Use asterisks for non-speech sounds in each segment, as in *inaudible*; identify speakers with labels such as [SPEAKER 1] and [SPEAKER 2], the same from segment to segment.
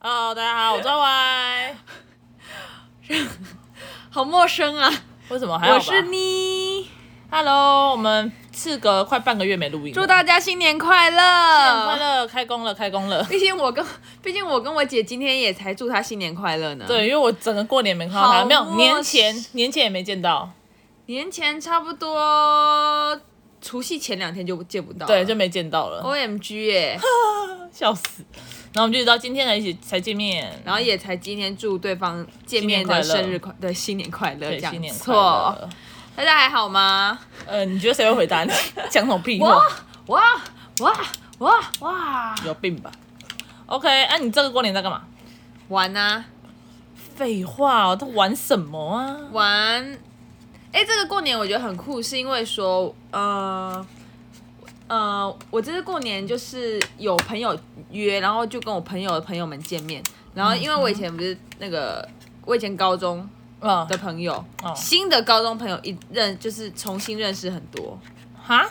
[SPEAKER 1] Hello，大家好，我是 Y，
[SPEAKER 2] 好陌生啊！
[SPEAKER 1] 为什么还好
[SPEAKER 2] 我
[SPEAKER 1] 吧
[SPEAKER 2] 是妮，
[SPEAKER 1] Hello，我们事隔快半个月没录音了，
[SPEAKER 2] 祝大家新年快
[SPEAKER 1] 新年快
[SPEAKER 2] 乐！
[SPEAKER 1] 乐，开工了，开工了。
[SPEAKER 2] 毕竟我跟，毕竟我跟我姐今天也才祝她新年快乐呢。，
[SPEAKER 1] 对，因为我整个过年没看到他，
[SPEAKER 2] 好
[SPEAKER 1] 没有
[SPEAKER 2] 陌
[SPEAKER 1] 年前年前也没见到，
[SPEAKER 2] 年前差不多除夕前两天就见不到了。
[SPEAKER 1] 对，就没见到了，
[SPEAKER 2] O M G
[SPEAKER 1] *laughs*
[SPEAKER 2] 耶！
[SPEAKER 1] 笑死。然后我们就直到今天才一起才见面，
[SPEAKER 2] 然后也才今天祝对方见面
[SPEAKER 1] 新年快
[SPEAKER 2] 的
[SPEAKER 1] 乐
[SPEAKER 2] 生日快，对，新年快乐，
[SPEAKER 1] 对，
[SPEAKER 2] 讲
[SPEAKER 1] 新年快
[SPEAKER 2] 错。
[SPEAKER 1] 乐。
[SPEAKER 2] 大家还好吗？
[SPEAKER 1] 呃，你觉得谁会回答
[SPEAKER 2] *laughs*
[SPEAKER 1] 你？讲什么屁话
[SPEAKER 2] 哇？哇哇哇哇！
[SPEAKER 1] 有病吧？OK，哎、你这个过年在干嘛？
[SPEAKER 2] 玩啊
[SPEAKER 1] 废话、哦，他玩什么啊？
[SPEAKER 2] 玩。哎、这个过年我觉得很酷，是因为说，呃，呃，我这次过年就是有朋友约，然后就跟我朋友的朋友们见面，然后因为我以前不是那个，我以前高中
[SPEAKER 1] 嗯
[SPEAKER 2] 的，朋友，
[SPEAKER 1] 哦
[SPEAKER 2] 新的高中朋友一认就是重新认识很多，
[SPEAKER 1] 哈，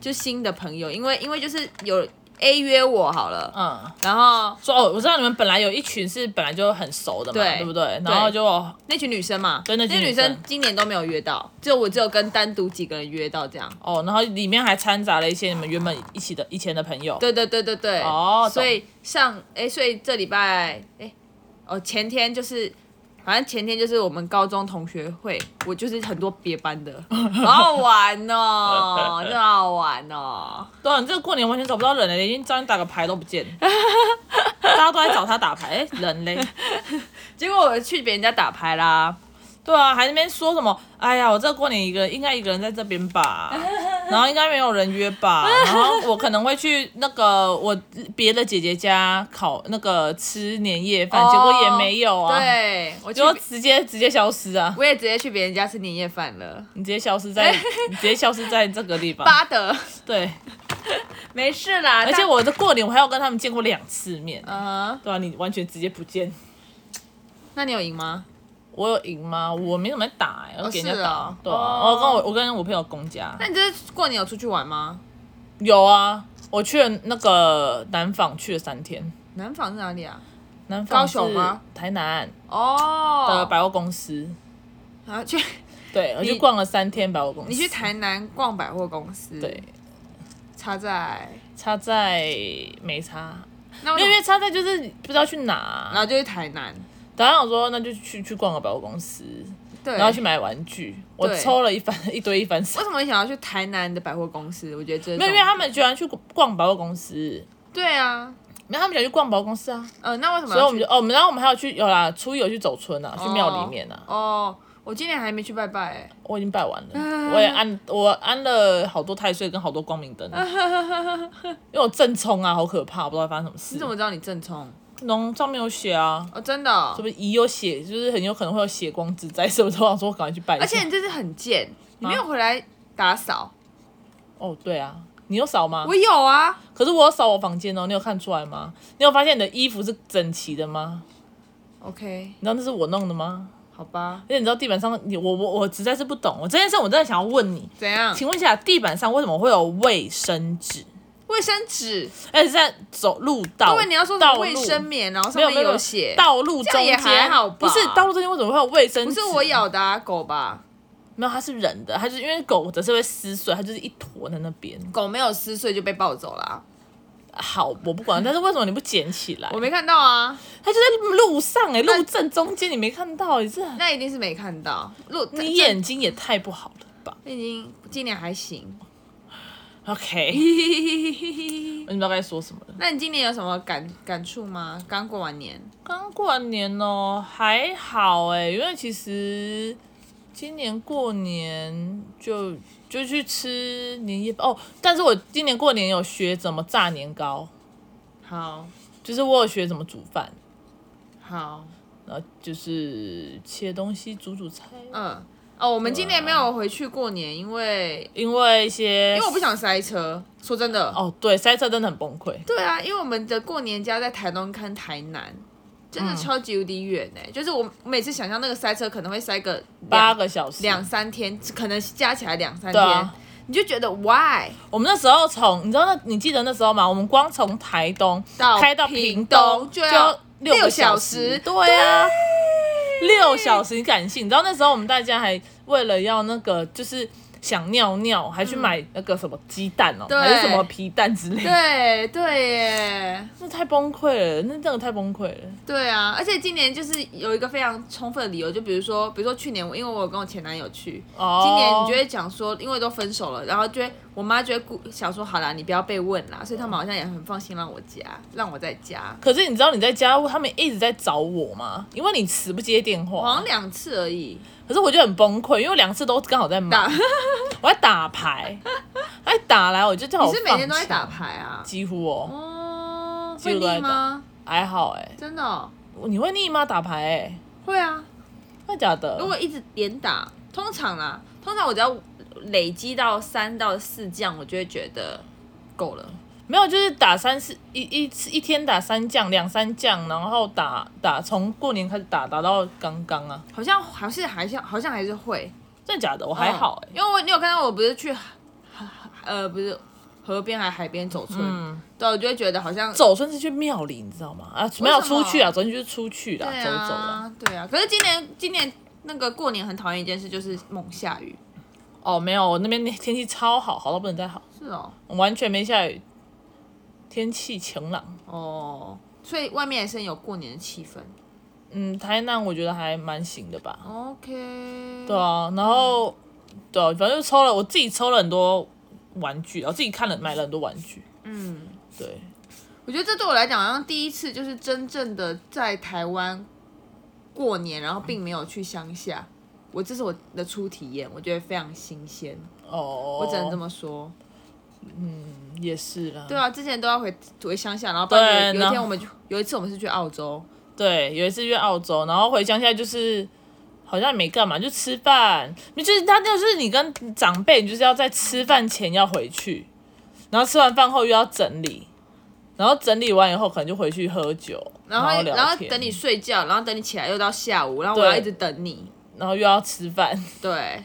[SPEAKER 2] 就新的朋友，因为因为就是有 A 约我好了，
[SPEAKER 1] 嗯。
[SPEAKER 2] 然后
[SPEAKER 1] 说哦，我知道你们本来有一群是本来就很熟的嘛，对
[SPEAKER 2] 对
[SPEAKER 1] 不对？然后就哦
[SPEAKER 2] 那群女生嘛，
[SPEAKER 1] 对那群
[SPEAKER 2] 女
[SPEAKER 1] 女生
[SPEAKER 2] 生今年都没有约到，就我只有跟单独几个人约到这样。
[SPEAKER 1] 哦，然后里面还掺杂了一些你们原本一起的以前的朋友。
[SPEAKER 2] 对对对对对。
[SPEAKER 1] 哦
[SPEAKER 2] 所以上哎、所以这礼拜哎、哦前天就是，反正前天就是我们高中同学会，我就是很多别班的， *laughs* 好好玩哦， *laughs* 真的好玩哦。
[SPEAKER 1] 对啊，你这个过年完全找不到人嘞，连找你打个牌都不
[SPEAKER 2] *laughs*
[SPEAKER 1] 见，大家都在找他打牌，哎，人嘞？
[SPEAKER 2] 结果我去别人家打牌啦，
[SPEAKER 1] 对啊，还在那边说什么？哎呀，我这个过年一个人应该一个人在这边
[SPEAKER 2] *laughs*
[SPEAKER 1] 吧，然后应该没有人约吧，然后我可能会去那个我别的姐姐家烤那个吃年夜饭，
[SPEAKER 2] 哦
[SPEAKER 1] 结果也没有啊，
[SPEAKER 2] 对我去
[SPEAKER 1] 就，直接直接消失啊。
[SPEAKER 2] 我也直接去别人家吃年夜饭了。
[SPEAKER 1] 你直接消失
[SPEAKER 2] *laughs*
[SPEAKER 1] 在，你直接消失在这个地方。
[SPEAKER 2] 巴德，
[SPEAKER 1] 对，
[SPEAKER 2] *laughs* 啊没事啦。
[SPEAKER 1] 而且
[SPEAKER 2] 但，
[SPEAKER 1] 我的过年我还要跟他们见过两次面，
[SPEAKER 2] 嗯哼，
[SPEAKER 1] 对啊，你完全直接不见。
[SPEAKER 2] 那你有赢吗？
[SPEAKER 1] 我有赢吗？我没怎么打、欸，我给人家
[SPEAKER 2] 是
[SPEAKER 1] 打。
[SPEAKER 2] 哦
[SPEAKER 1] 对啊，
[SPEAKER 2] 哦
[SPEAKER 1] 我跟我我跟我朋友公家
[SPEAKER 2] 那你这次过年有出去玩吗？
[SPEAKER 1] 有啊，我去了那个南纺去了三天，
[SPEAKER 2] 南纺是哪里啊？
[SPEAKER 1] 南纺
[SPEAKER 2] 高雄吗？
[SPEAKER 1] 台南的
[SPEAKER 2] 哦，
[SPEAKER 1] 百货公司，
[SPEAKER 2] 啊，去
[SPEAKER 1] 对，我
[SPEAKER 2] 你
[SPEAKER 1] 去逛了三天百货公司。
[SPEAKER 2] 你去台南逛百货公司，
[SPEAKER 1] 对，
[SPEAKER 2] 差在
[SPEAKER 1] 差在没差，
[SPEAKER 2] 那我
[SPEAKER 1] 因为因为差在就是不知道去哪。
[SPEAKER 2] 然后就去台南，
[SPEAKER 1] 然后我说那就去去逛个百货公司，
[SPEAKER 2] 对，
[SPEAKER 1] 然后去买玩具，我
[SPEAKER 2] 对
[SPEAKER 1] 抽了一番 *laughs* 一堆一番
[SPEAKER 2] 为什么你想要去台南的百货公司？我觉得这
[SPEAKER 1] 没有，因为他们喜欢去逛百货公司，
[SPEAKER 2] 对啊，
[SPEAKER 1] 没有，他们喜欢去逛百货公司啊，
[SPEAKER 2] 呃，那为什么
[SPEAKER 1] 所以
[SPEAKER 2] 要
[SPEAKER 1] 我
[SPEAKER 2] 去？
[SPEAKER 1] 们就哦，我们然后我们还有去有啦，初一有去走村啊，去庙里面啊，
[SPEAKER 2] 哦，我今年还没去拜拜、欸， *laughs*
[SPEAKER 1] 我已经拜完了，
[SPEAKER 2] 啊
[SPEAKER 1] 我也安我安了好多太岁跟好多光明灯，啊
[SPEAKER 2] 啊
[SPEAKER 1] 因为我正冲啊，好可怕，我不知道发生什么
[SPEAKER 2] 你怎
[SPEAKER 1] 事，
[SPEAKER 2] 么知道你正冲？
[SPEAKER 1] 农上面有写啊。
[SPEAKER 2] 哦，真的哦、
[SPEAKER 1] 是不是乙有血，就是很有可能会有血光之灾，所以我都想说赶快去拜一下。
[SPEAKER 2] 而且你这次很贱，你
[SPEAKER 1] 啊
[SPEAKER 2] 没有回来打扫，
[SPEAKER 1] 哦，对啊，你有扫吗？
[SPEAKER 2] 我有啊，
[SPEAKER 1] 可是我有扫我房间哦，你有看出来吗？你有发现你的衣服是整齐的吗？
[SPEAKER 2] ，OK，
[SPEAKER 1] 你知道那是我弄的吗？
[SPEAKER 2] 好吧
[SPEAKER 1] 而，且你知道地板上，你我我我实在是不懂，我这件事我真的想要问你，
[SPEAKER 2] 怎样？
[SPEAKER 1] 请问一下，地板上为什么会有卫生纸？
[SPEAKER 2] 卫生纸，
[SPEAKER 1] 而且是在走路道，
[SPEAKER 2] 因为你要说什
[SPEAKER 1] 道
[SPEAKER 2] 么
[SPEAKER 1] 路
[SPEAKER 2] 卫生棉，然后
[SPEAKER 1] 没有
[SPEAKER 2] 上
[SPEAKER 1] 没
[SPEAKER 2] 面
[SPEAKER 1] 有
[SPEAKER 2] 有写，
[SPEAKER 1] 道路中
[SPEAKER 2] 这样也
[SPEAKER 1] 间
[SPEAKER 2] 还好吧
[SPEAKER 1] 不是道路中间为什么会有卫生
[SPEAKER 2] 不
[SPEAKER 1] 纸？
[SPEAKER 2] 是我咬的、啊、狗吧？
[SPEAKER 1] 没有，它是人的，它就是因为狗则是会撕碎，它就是一坨在那边。
[SPEAKER 2] 狗没有撕碎就被抱走啊啦、
[SPEAKER 1] 好，我不管，但是为什么你不捡起来
[SPEAKER 2] 我？没看到啊，
[SPEAKER 1] 它就在路上哎、路正中间，你没看到也是很
[SPEAKER 2] 那一定是没看到。如果
[SPEAKER 1] 你眼睛也太不好了吧
[SPEAKER 2] 已经今年还行。 *laughs*
[SPEAKER 1] ？OK，我也不知道该说什么了。
[SPEAKER 2] 那你今年有什么感感触吗？刚过完年，
[SPEAKER 1] 刚过完年哦、还好哎、因为其实今年过年就就去吃年夜哦，但是我今年过年有学怎么炸年糕，
[SPEAKER 2] 好
[SPEAKER 1] 哦就是我有学怎么煮饭，
[SPEAKER 2] 好，
[SPEAKER 1] 然后就是切东西、煮煮菜，
[SPEAKER 2] 嗯，哦，我们今年没有回去过年，因为
[SPEAKER 1] 因为一些
[SPEAKER 2] 因为我不想塞车。说真的，
[SPEAKER 1] 哦，对，塞车真的很崩溃。
[SPEAKER 2] 对啊，因为我们的过年家在台东跟台南，真
[SPEAKER 1] 嗯
[SPEAKER 2] 的超级无敌远哎，就是我每次想象那个塞车可能会塞个
[SPEAKER 1] 八
[SPEAKER 2] 两
[SPEAKER 1] 个小时，
[SPEAKER 2] 两三天，可能加起来两三
[SPEAKER 1] 对
[SPEAKER 2] 天，
[SPEAKER 1] 啊
[SPEAKER 2] 你就觉得 why？
[SPEAKER 1] 我们那时候从，你知道那你记得那时候吗？我们光从台东
[SPEAKER 2] 到
[SPEAKER 1] 开到
[SPEAKER 2] 屏
[SPEAKER 1] 哦屏
[SPEAKER 2] 东
[SPEAKER 1] 东
[SPEAKER 2] 就要
[SPEAKER 1] 六
[SPEAKER 2] 六
[SPEAKER 1] 个
[SPEAKER 2] 小
[SPEAKER 1] 小
[SPEAKER 2] 时
[SPEAKER 1] 对啊，六小时你敢信？你知道那时候我们大家还为了要那个就是想尿尿，还去买那个什么鸡蛋哦、
[SPEAKER 2] 对
[SPEAKER 1] 还是什么皮蛋之类的，
[SPEAKER 2] 对对耶，
[SPEAKER 1] 那太崩溃了，那真的太崩溃了。
[SPEAKER 2] 对啊，而且今年就是有一个非常充分的理由，就比如说，比如说去年我因为我有跟我前男友去，
[SPEAKER 1] 哦
[SPEAKER 2] 今年你就会讲说，因为都分手了，然后就会我妈就会顾想说，好啦，你不要被问啦，所以他们好像也很放心让我家，让我在家，
[SPEAKER 1] 可是你知道你在家，他们一直在找我吗？因为你死不接电
[SPEAKER 2] 我好像
[SPEAKER 1] 话，
[SPEAKER 2] 两次而已，
[SPEAKER 1] 可是我就很崩溃，因为两次都刚好在忙
[SPEAKER 2] 打，
[SPEAKER 1] *laughs* 我在打牌，还打来，我就叫我
[SPEAKER 2] 你是每天都在
[SPEAKER 1] 放弃
[SPEAKER 2] 打，牌啊？
[SPEAKER 1] 几乎哦，
[SPEAKER 2] 哦，
[SPEAKER 1] 几
[SPEAKER 2] 会
[SPEAKER 1] 乎都在
[SPEAKER 2] 腻吗？
[SPEAKER 1] 还好哎、
[SPEAKER 2] 真的哦、
[SPEAKER 1] 你会腻吗？打牌哎、
[SPEAKER 2] 会啊，
[SPEAKER 1] 真的假的？
[SPEAKER 2] 如果一直连打，通常啦，通常我只要累积到三到四将，我就会觉得够了。
[SPEAKER 1] 没有，就是打三四一一次一天打三将两三将，然后打打从过年开始打打到刚刚啊，
[SPEAKER 2] 好像好像还像好像还是会，
[SPEAKER 1] 真的假的？我还好哎、
[SPEAKER 2] 嗯因为我你有看到我不是去，呃，不是河边还海边走村，
[SPEAKER 1] 嗯
[SPEAKER 2] 对，啊我就会觉得好像
[SPEAKER 1] 走算是去庙里，你知道吗？啊，没有
[SPEAKER 2] 嗯为什么
[SPEAKER 1] 出去啊，昨天就是出去啦，
[SPEAKER 2] 对
[SPEAKER 1] 走走啦。
[SPEAKER 2] 啊，对啊。可是今年今年那个过年很讨厌一件事，就是猛下雨。
[SPEAKER 1] 哦，没有，我那边天气超好，好到不能再好，
[SPEAKER 2] 是哦，
[SPEAKER 1] 完全没下雨，天气晴朗。
[SPEAKER 2] 哦，所以外面也是很有过年的气氛。
[SPEAKER 1] 嗯，台南我觉得还蛮行的吧。
[SPEAKER 2] OK，
[SPEAKER 1] 对啊，然后对啊，反正就抽了，我自己抽了很多玩具，然后自己看了买了很多玩具。
[SPEAKER 2] 嗯，
[SPEAKER 1] 对，
[SPEAKER 2] 我觉得这对我来讲好像第一次就是真正的在台湾过年，然后并没有去乡下。我这是我的初体验，我觉得非常新鲜，
[SPEAKER 1] 哦，
[SPEAKER 2] 我只能这么说。
[SPEAKER 1] 也是啦。
[SPEAKER 2] 对啊，之前都要回回乡下，然后不
[SPEAKER 1] 对
[SPEAKER 2] 然有有一
[SPEAKER 1] 然
[SPEAKER 2] 天
[SPEAKER 1] 后
[SPEAKER 2] 我们就有一次我们是去澳洲，
[SPEAKER 1] 对，有一次去澳洲，然后回乡下就是好像也没干嘛，就吃饭。就是他就是你跟长辈，你就是要在吃饭前要回去，然后吃完饭后又要整理，然后整理完以后可能就回去喝酒，
[SPEAKER 2] 然后
[SPEAKER 1] 聊
[SPEAKER 2] 然后
[SPEAKER 1] 天
[SPEAKER 2] 等你，睡觉，然后等你起来又到下午，然后我
[SPEAKER 1] 对
[SPEAKER 2] 要一直等你。
[SPEAKER 1] 然后又要吃饭。
[SPEAKER 2] 对，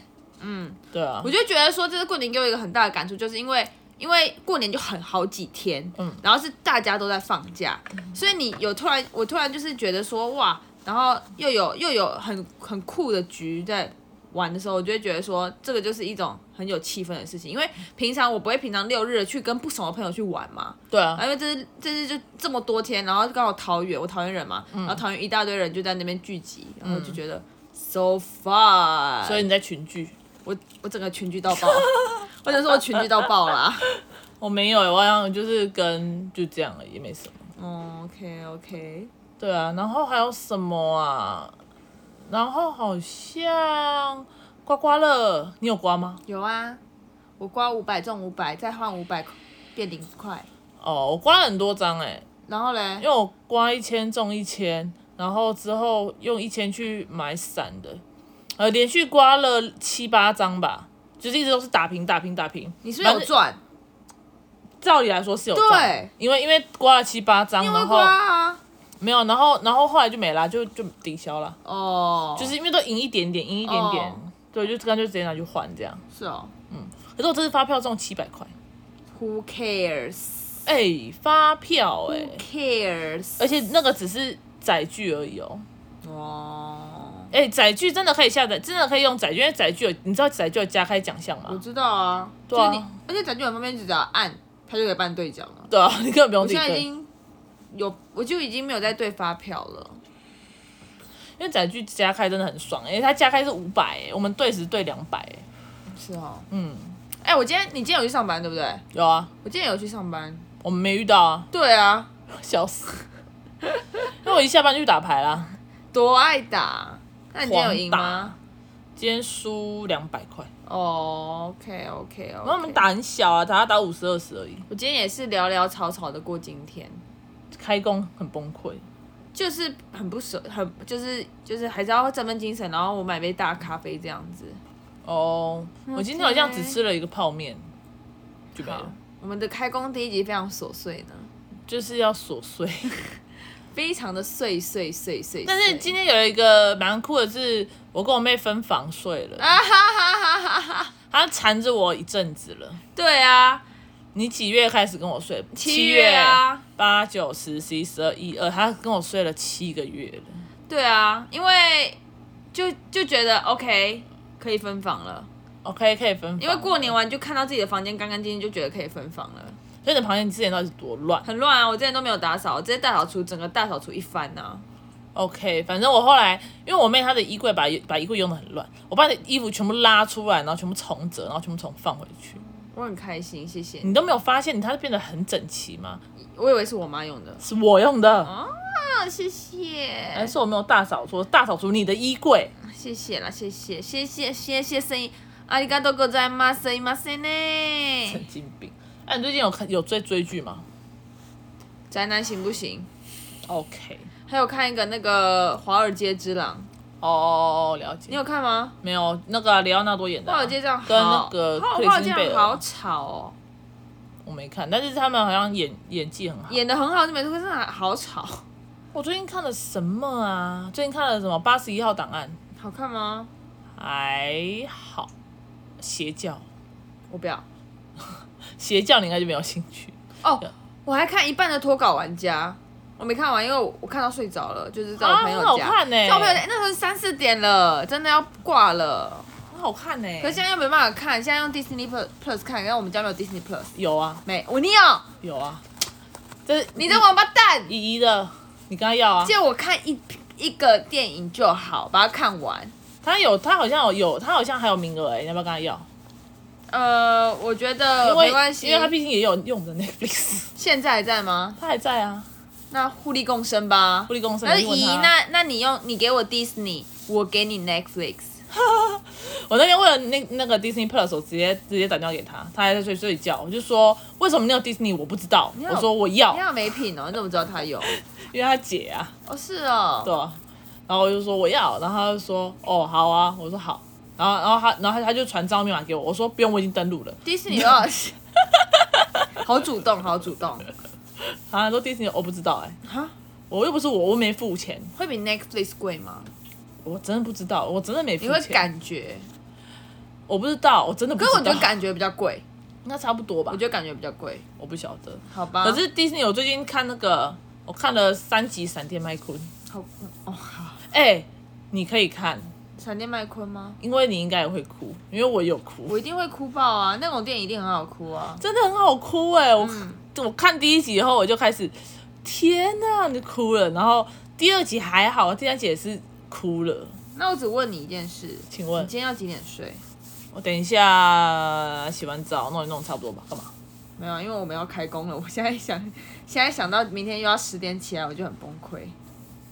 [SPEAKER 1] 对啊
[SPEAKER 2] 我，就觉得说这次过年给我一个很大的感触，就是因为因为过年就很好几天，嗯，然后是大家都在放假，
[SPEAKER 1] 嗯
[SPEAKER 2] 所以你有突然我突然就是觉得说哇，然后又有又有很很酷的局在。玩的时候，我就会觉得说，这个就是一种很有气氛的事情，因为平常我不会平常六日去跟不熟的朋友去玩嘛，
[SPEAKER 1] 对啊
[SPEAKER 2] 啊，，因为这是这是就这么多天，然后刚好桃园，我桃园人嘛，
[SPEAKER 1] 嗯
[SPEAKER 2] 然后桃园一大堆人就在那边聚集，然后就觉得、so fun，
[SPEAKER 1] 所以你在群聚。
[SPEAKER 2] 我我整个群聚到爆， *laughs* 或者说我群聚到爆啦。
[SPEAKER 1] 我哦没有，我好像就是跟就这样了，也没什么。
[SPEAKER 2] 嗯，OK OK，
[SPEAKER 1] 对啊，然后还有什么啊？然后好像刮刮乐，你有刮吗？
[SPEAKER 2] 有啊，我刮五百中五百，再换五百变零块，
[SPEAKER 1] 哦，我刮了很多张哎、
[SPEAKER 2] 然后嘞
[SPEAKER 1] 因，为我刮一千中一千，然后之后用一千去买散的，呃，连续刮了七八张吧，就是一直都是打平打平打平。
[SPEAKER 2] 你是不是
[SPEAKER 1] 反
[SPEAKER 2] 有
[SPEAKER 1] 正
[SPEAKER 2] 赚？
[SPEAKER 1] 照理来说是有赚，
[SPEAKER 2] 对，
[SPEAKER 1] 因为因为刮了七八张，
[SPEAKER 2] 因为
[SPEAKER 1] 然后
[SPEAKER 2] 刮啊，
[SPEAKER 1] 没有，然后然后后来就没啦，就就抵消了，
[SPEAKER 2] 哦，
[SPEAKER 1] 就是因为都赢一点点，赢一点点，
[SPEAKER 2] 哦
[SPEAKER 1] 对，就干脆直接拿去换这样。
[SPEAKER 2] 是哦
[SPEAKER 1] 可是我这次发票中七百块，
[SPEAKER 2] ，Who cares？Who
[SPEAKER 1] 哎、发票哎、
[SPEAKER 2] cares？
[SPEAKER 1] 而且那个只是载具而已哦、
[SPEAKER 2] 哦，
[SPEAKER 1] 哎、载具真的可以下载，真的可以用载具，因为载具有，你知道载具有加开奖项
[SPEAKER 2] 我
[SPEAKER 1] 吗？
[SPEAKER 2] 知道啊，就
[SPEAKER 1] 对啊
[SPEAKER 2] 是你，而且展券很方便，只要按它就可以办对奖了。
[SPEAKER 1] 对啊，你根本不用
[SPEAKER 2] 我
[SPEAKER 1] 自己
[SPEAKER 2] 现在已
[SPEAKER 1] 对，因
[SPEAKER 2] 经有，我就已经没有在对发票了。
[SPEAKER 1] 为载具加开真的很爽，哎、它加开是五百，哎，我们对时对两百，哎，
[SPEAKER 2] 是哦，
[SPEAKER 1] 嗯，
[SPEAKER 2] 哎、我今天你今天有去上班对不对？
[SPEAKER 1] 有啊，
[SPEAKER 2] 我今天有去上班。
[SPEAKER 1] 我们没遇到啊，
[SPEAKER 2] 对啊，
[SPEAKER 1] 笑
[SPEAKER 2] *laughs*
[SPEAKER 1] 死，因为我一下班就去打牌啦，
[SPEAKER 2] 多爱打。那你今天有赢
[SPEAKER 1] 狂
[SPEAKER 2] 吗？
[SPEAKER 1] 今天输两百块，
[SPEAKER 2] 哦、o k OK
[SPEAKER 1] 然后我们
[SPEAKER 2] OK。
[SPEAKER 1] 打很小啊，打打五十二十而已，
[SPEAKER 2] 我今天也是潦潦草草的过今天，
[SPEAKER 1] 开工很崩溃，
[SPEAKER 2] 就是很不舍，很就是就是还是要振奋精神，然后我买杯大咖啡这样子。
[SPEAKER 1] 哦、我今天好像只
[SPEAKER 2] OK
[SPEAKER 1] 吃了一个泡面，就没
[SPEAKER 2] 好
[SPEAKER 1] 了，，
[SPEAKER 2] 我们的开工第一集非常琐碎呢，
[SPEAKER 1] 就是要琐碎。
[SPEAKER 2] 非常的碎碎碎碎碎。
[SPEAKER 1] 但是今天有一个蛮酷的是，我跟我妹分房睡了，
[SPEAKER 2] 啊哈哈哈哈哈！
[SPEAKER 1] 她缠着我一阵子了。
[SPEAKER 2] 对啊，
[SPEAKER 1] 你几月开始跟我睡？
[SPEAKER 2] 七月啊，
[SPEAKER 1] 八九十十一十二一二，他跟我睡了七个月了。
[SPEAKER 2] 对啊，因为就就觉得 OK 可以分房了，
[SPEAKER 1] OK，可以分房。
[SPEAKER 2] 因为过年完就看到自己的房间干干净净，就觉得可以分房了。
[SPEAKER 1] 所以你的房间之前到底是多乱
[SPEAKER 2] 很乱啊！我之前都没有打扫，我直接大扫除，整个大扫除一番啊呐、
[SPEAKER 1] ？OK，反正我后来因为我妹她的衣柜把把衣柜用的很乱，我把你的衣服全部拉出来，然后全部重折，然后全部重放回去。
[SPEAKER 2] 我很开心，谢谢你。
[SPEAKER 1] 你都没有发现，你它变得很整齐吗？
[SPEAKER 2] 我以为是我妈用的，
[SPEAKER 1] 是我用的，
[SPEAKER 2] 啊，
[SPEAKER 1] 嗯
[SPEAKER 2] 谢谢，
[SPEAKER 1] 还是我没有大扫除？大扫除你的衣柜。
[SPEAKER 2] 谢谢啦，谢谢，谢谢，谢谢，声音，阿里嘎多ございます，いません
[SPEAKER 1] *laughs*
[SPEAKER 2] ね
[SPEAKER 1] 神。经病。哎、你最近有看有追追剧吗
[SPEAKER 2] 宅男行不行？
[SPEAKER 1] ？OK，
[SPEAKER 2] 还有看一个那个《华尔街之狼》，
[SPEAKER 1] 哦，了解。
[SPEAKER 2] 你有看吗？
[SPEAKER 1] 没有那个啊里奥纳多演的、
[SPEAKER 2] 《
[SPEAKER 1] 啊？
[SPEAKER 2] 华尔街之狼》
[SPEAKER 1] 跟那
[SPEAKER 2] 好
[SPEAKER 1] 个
[SPEAKER 2] 好
[SPEAKER 1] 克里
[SPEAKER 2] 华尔
[SPEAKER 1] 斯
[SPEAKER 2] 街
[SPEAKER 1] 汀
[SPEAKER 2] 之
[SPEAKER 1] 贝
[SPEAKER 2] 狼
[SPEAKER 1] 尔
[SPEAKER 2] 好吵哦，
[SPEAKER 1] 我没看，但是他们好像演演技很好。
[SPEAKER 2] 演的很好，就没错，可是好吵。
[SPEAKER 1] 我最近看了什么啊？最近看了什么？八十一号档案
[SPEAKER 2] 好看吗？
[SPEAKER 1] 还好，邪教
[SPEAKER 2] 我不要。
[SPEAKER 1] 邪教你应该就没有兴趣。
[SPEAKER 2] 哦，我还看一半的脱稿玩家，我没看完，因为我我看到睡着了，就是在我
[SPEAKER 1] 啊
[SPEAKER 2] 朋友
[SPEAKER 1] 很好
[SPEAKER 2] 家。
[SPEAKER 1] 看欸
[SPEAKER 2] 在我朋友哎家那时候三四点了，真的要挂了。
[SPEAKER 1] 很好看呢、欸
[SPEAKER 2] 可是现在又没办法看，现在用 Disney Plus Plus 看，因为我们家没有 Disney Plus。
[SPEAKER 1] 有啊
[SPEAKER 2] 没，我你有，
[SPEAKER 1] 有啊，这是
[SPEAKER 2] 你这王八蛋，
[SPEAKER 1] 姨姨的，你跟他要啊？
[SPEAKER 2] 借我看一一个电影就好，把它看完。
[SPEAKER 1] 他有他好像有有他好像还有名额哎、你要不要跟他要？
[SPEAKER 2] 呃，我觉得
[SPEAKER 1] 因为
[SPEAKER 2] 哦没关系，
[SPEAKER 1] 因为他毕竟也有用的 Netflix， *laughs*
[SPEAKER 2] 现在还在吗？
[SPEAKER 1] 他还在啊，
[SPEAKER 2] 那互利共生吧
[SPEAKER 1] 互。利共生。
[SPEAKER 2] 那
[SPEAKER 1] 你问啊
[SPEAKER 2] 姨，
[SPEAKER 1] 他
[SPEAKER 2] 那那你用你给我 Disney，我给你 Netflix。
[SPEAKER 1] 我那天为了那那个 Disney Plus，我直接直接打电话给他，他还在睡睡觉，我就说为什么你有 Disney 我不知道，
[SPEAKER 2] 你好
[SPEAKER 1] 我说我要
[SPEAKER 2] 你，好没品哦，你怎么知道他有？
[SPEAKER 1] 因为他姐啊，
[SPEAKER 2] 哦，是哦，
[SPEAKER 1] 对啊，然后我就说我要，然后他就说哦好啊，我说好，然后然后他然后他他就传账号密码给我，我说不用，我已经登录了，
[SPEAKER 2] 迪士尼老师， *laughs* 好主动，好主动，
[SPEAKER 1] 他说 Disney 我不知道哎、
[SPEAKER 2] 哈，
[SPEAKER 1] 我又不是我，我没付钱，
[SPEAKER 2] 会比 Netflix 贵吗？
[SPEAKER 1] 我真的不知道，我真的没付
[SPEAKER 2] 你
[SPEAKER 1] 钱，
[SPEAKER 2] 会感觉，
[SPEAKER 1] 我不知道，我真的不
[SPEAKER 2] 可
[SPEAKER 1] 知道，
[SPEAKER 2] 是我觉得感觉比较贵，
[SPEAKER 1] 应该差不多吧
[SPEAKER 2] 我，觉得啊感觉比较贵，
[SPEAKER 1] 我不晓得，
[SPEAKER 2] 好吧？
[SPEAKER 1] 可是 Disney 我最近看那个，我看了三集《闪电麦昆》，
[SPEAKER 2] 好哦，好，
[SPEAKER 1] 哎、你可以看。
[SPEAKER 2] 闪电麦昆吗？
[SPEAKER 1] 因为你应该也会哭，因为我有哭
[SPEAKER 2] 我，一定会哭爆啊！那种电影一定很好哭啊！
[SPEAKER 1] 真的很好哭哎、我、
[SPEAKER 2] 嗯
[SPEAKER 1] 我看第一集以后我就开始，天呐，你哭了。然后第二集还好，第三集也是哭了。
[SPEAKER 2] 那我只问你一件事，
[SPEAKER 1] 请
[SPEAKER 2] 你
[SPEAKER 1] 问，
[SPEAKER 2] 今天要几点睡？
[SPEAKER 1] 我等一下洗完澡弄一弄差不多吧？干嘛？
[SPEAKER 2] 没有，因为我们要开工了。我现在想， *laughs* 现在想到明天又要十点起来，我就很崩溃，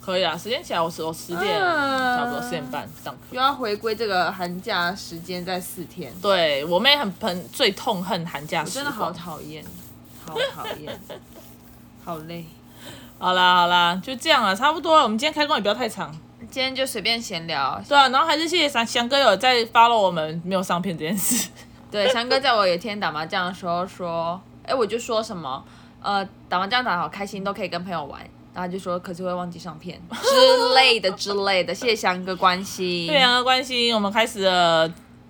[SPEAKER 1] 可以啊，时间起来我十我十点、
[SPEAKER 2] 啊
[SPEAKER 1] 差不多十点半上课。
[SPEAKER 2] 又要回归这个寒假时间在四天。
[SPEAKER 1] 对我妹很很最痛恨寒假
[SPEAKER 2] 我
[SPEAKER 1] 时
[SPEAKER 2] 真
[SPEAKER 1] 光，
[SPEAKER 2] 的好讨厌，好讨
[SPEAKER 1] *laughs*
[SPEAKER 2] 厌，好累。
[SPEAKER 1] 好啦好啦，就这样啊，差不多了。我们今天开工也不要太长，
[SPEAKER 2] 今天就随便闲聊，
[SPEAKER 1] 对啊。然后还是谢谢翔翔哥有在 follow 我们没有上片这件事。
[SPEAKER 2] 嗯对，翔哥在我有一天打麻将的时候说，哎、我就说什么，呃，打麻将打得好开心，都可以跟朋友玩。然后他就说，可是会忘记上片之类的之类的。谢谢翔哥关心，
[SPEAKER 1] 对啊两个关系，我们开始了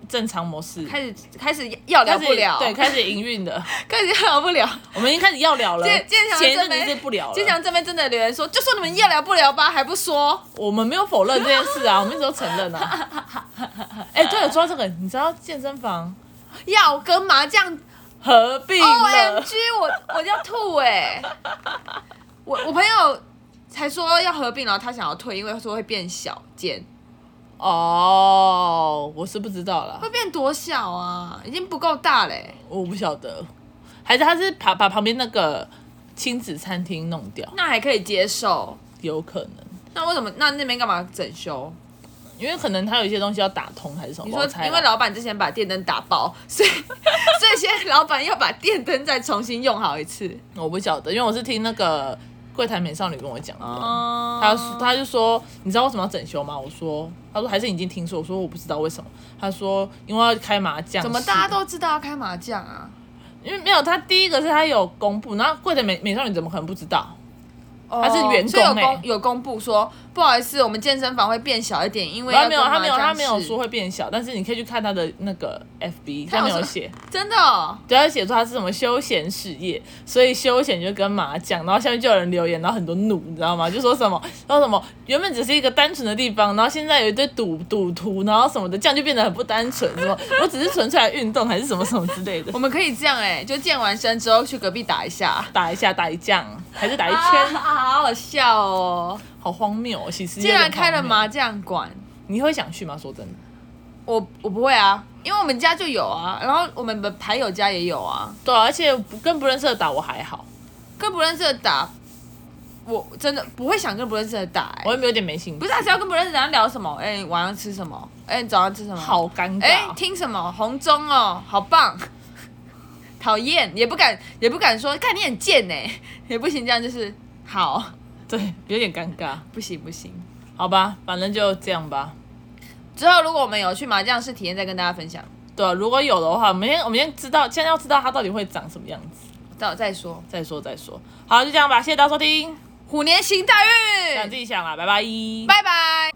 [SPEAKER 1] 正常模式，
[SPEAKER 2] 开始开始要聊
[SPEAKER 1] 开始
[SPEAKER 2] 不了，
[SPEAKER 1] 对，，开始营运
[SPEAKER 2] *laughs*
[SPEAKER 1] 的，
[SPEAKER 2] 开始要聊不了。
[SPEAKER 1] 我们已经开始要聊了。
[SPEAKER 2] 建建强
[SPEAKER 1] 前一
[SPEAKER 2] 这
[SPEAKER 1] 阵
[SPEAKER 2] 边
[SPEAKER 1] 子是不聊
[SPEAKER 2] 金
[SPEAKER 1] 了，
[SPEAKER 2] 强这边真的留言说，就说你们要聊不聊吧，还不说，
[SPEAKER 1] 我们没有否认这件事啊，我们一直都承认啊。
[SPEAKER 2] *laughs*
[SPEAKER 1] 哎，对了，说到这个，你知道健身房
[SPEAKER 2] 要跟麻将
[SPEAKER 1] 合并
[SPEAKER 2] O M
[SPEAKER 1] 了
[SPEAKER 2] G，我我要吐哎、我我朋友才说要合并，然后他想要退，因为说会变小间，
[SPEAKER 1] 哦，我是不知道啦
[SPEAKER 2] 会，变多小啊？已经不够大嘞、
[SPEAKER 1] 我不晓得，还是他是把把旁边那个亲子餐厅弄掉，
[SPEAKER 2] 那还可以接受。
[SPEAKER 1] 有可能，
[SPEAKER 2] 那为什么那那边干嘛整修？
[SPEAKER 1] 因为可能他有一些东西要打通还是什么，
[SPEAKER 2] 你
[SPEAKER 1] 我
[SPEAKER 2] 说
[SPEAKER 1] 猜啦
[SPEAKER 2] 因为老板之前把电灯打爆， *laughs* 所以所以现在老板要把电灯再重新用好一次。
[SPEAKER 1] 我不晓得，因为我是听那个柜台美少女跟我讲的。
[SPEAKER 2] 哦
[SPEAKER 1] 他他就说，你知道为什么要整修吗？我说，他说还是你已经听说，我说我不知道为什么。他说因为要开麻将，
[SPEAKER 2] 怎么大家？都知道要开麻将啊？
[SPEAKER 1] 因为没有他第一个是他有公布，然后贵的美美少女怎么可能不知道？
[SPEAKER 2] 他
[SPEAKER 1] 他是员工
[SPEAKER 2] 哦有
[SPEAKER 1] 欸
[SPEAKER 2] 公有公布说，不好意思，我们健身房会变小一点，因为
[SPEAKER 1] 然
[SPEAKER 2] 要
[SPEAKER 1] 后没有，他没
[SPEAKER 2] 跟
[SPEAKER 1] 有，
[SPEAKER 2] 麻将
[SPEAKER 1] 他没有
[SPEAKER 2] 室
[SPEAKER 1] 说会变小，但是你可以去看他的那个 FB，
[SPEAKER 2] 他
[SPEAKER 1] 他
[SPEAKER 2] 有
[SPEAKER 1] 没有
[SPEAKER 2] 说
[SPEAKER 1] 写，
[SPEAKER 2] 真的哦、
[SPEAKER 1] 对，他写说他是什么休闲事业，所以休闲就跟麻将，然后下面就有人留言，然后很多怒，你知道吗？就说什么，说什么原本只是一个单纯的地方，然后现在有一堆赌赌徒，然后什么的，这样就变得很不单纯，什么我只是纯粹来运动还是什么什么之类的
[SPEAKER 2] 我，们可以这样哎、就健完身之后去隔壁打一下，
[SPEAKER 1] 打一下打一将还是 *laughs* 打一
[SPEAKER 2] 啊，
[SPEAKER 1] 圈，
[SPEAKER 2] 好好笑哦！
[SPEAKER 1] 好荒谬哦！其实
[SPEAKER 2] 竟然开了
[SPEAKER 1] 吗？
[SPEAKER 2] 麻将馆，
[SPEAKER 1] 你会想去吗？说真的，
[SPEAKER 2] 我我不会啊，因为我们家就有啊，然后我们的牌友家也有啊，
[SPEAKER 1] 对啊、而且不跟不认识的打我还好，
[SPEAKER 2] 跟不认识的打，我真的不会想跟不认识的打、欸
[SPEAKER 1] 我，也没有点没兴趣，
[SPEAKER 2] 不是啊，只要跟不认识的人聊什么，哎、你晚上吃什么，哎、你早上吃什么，，
[SPEAKER 1] 好尴尬、
[SPEAKER 2] 哎、听什么红中哦，好棒， *laughs* 讨厌也不敢也不敢说，看你很贱呢、 *laughs* 也不行，这样就是好，
[SPEAKER 1] *laughs* 对，有点尴尬，
[SPEAKER 2] 不行不行。
[SPEAKER 1] 好吧，反正就这样吧。
[SPEAKER 2] 之后如果我们有去麻将室体验，再跟大家分享，
[SPEAKER 1] 对啊、如果有的话，我们先我们先知道，先要知道它到底会长什么样子，
[SPEAKER 2] 到再说。
[SPEAKER 1] 再说再说。好，就这样吧，谢谢大家收听，
[SPEAKER 2] 虎年行大
[SPEAKER 1] 想自
[SPEAKER 2] 运，
[SPEAKER 1] 己想啦，拜拜，
[SPEAKER 2] 拜拜。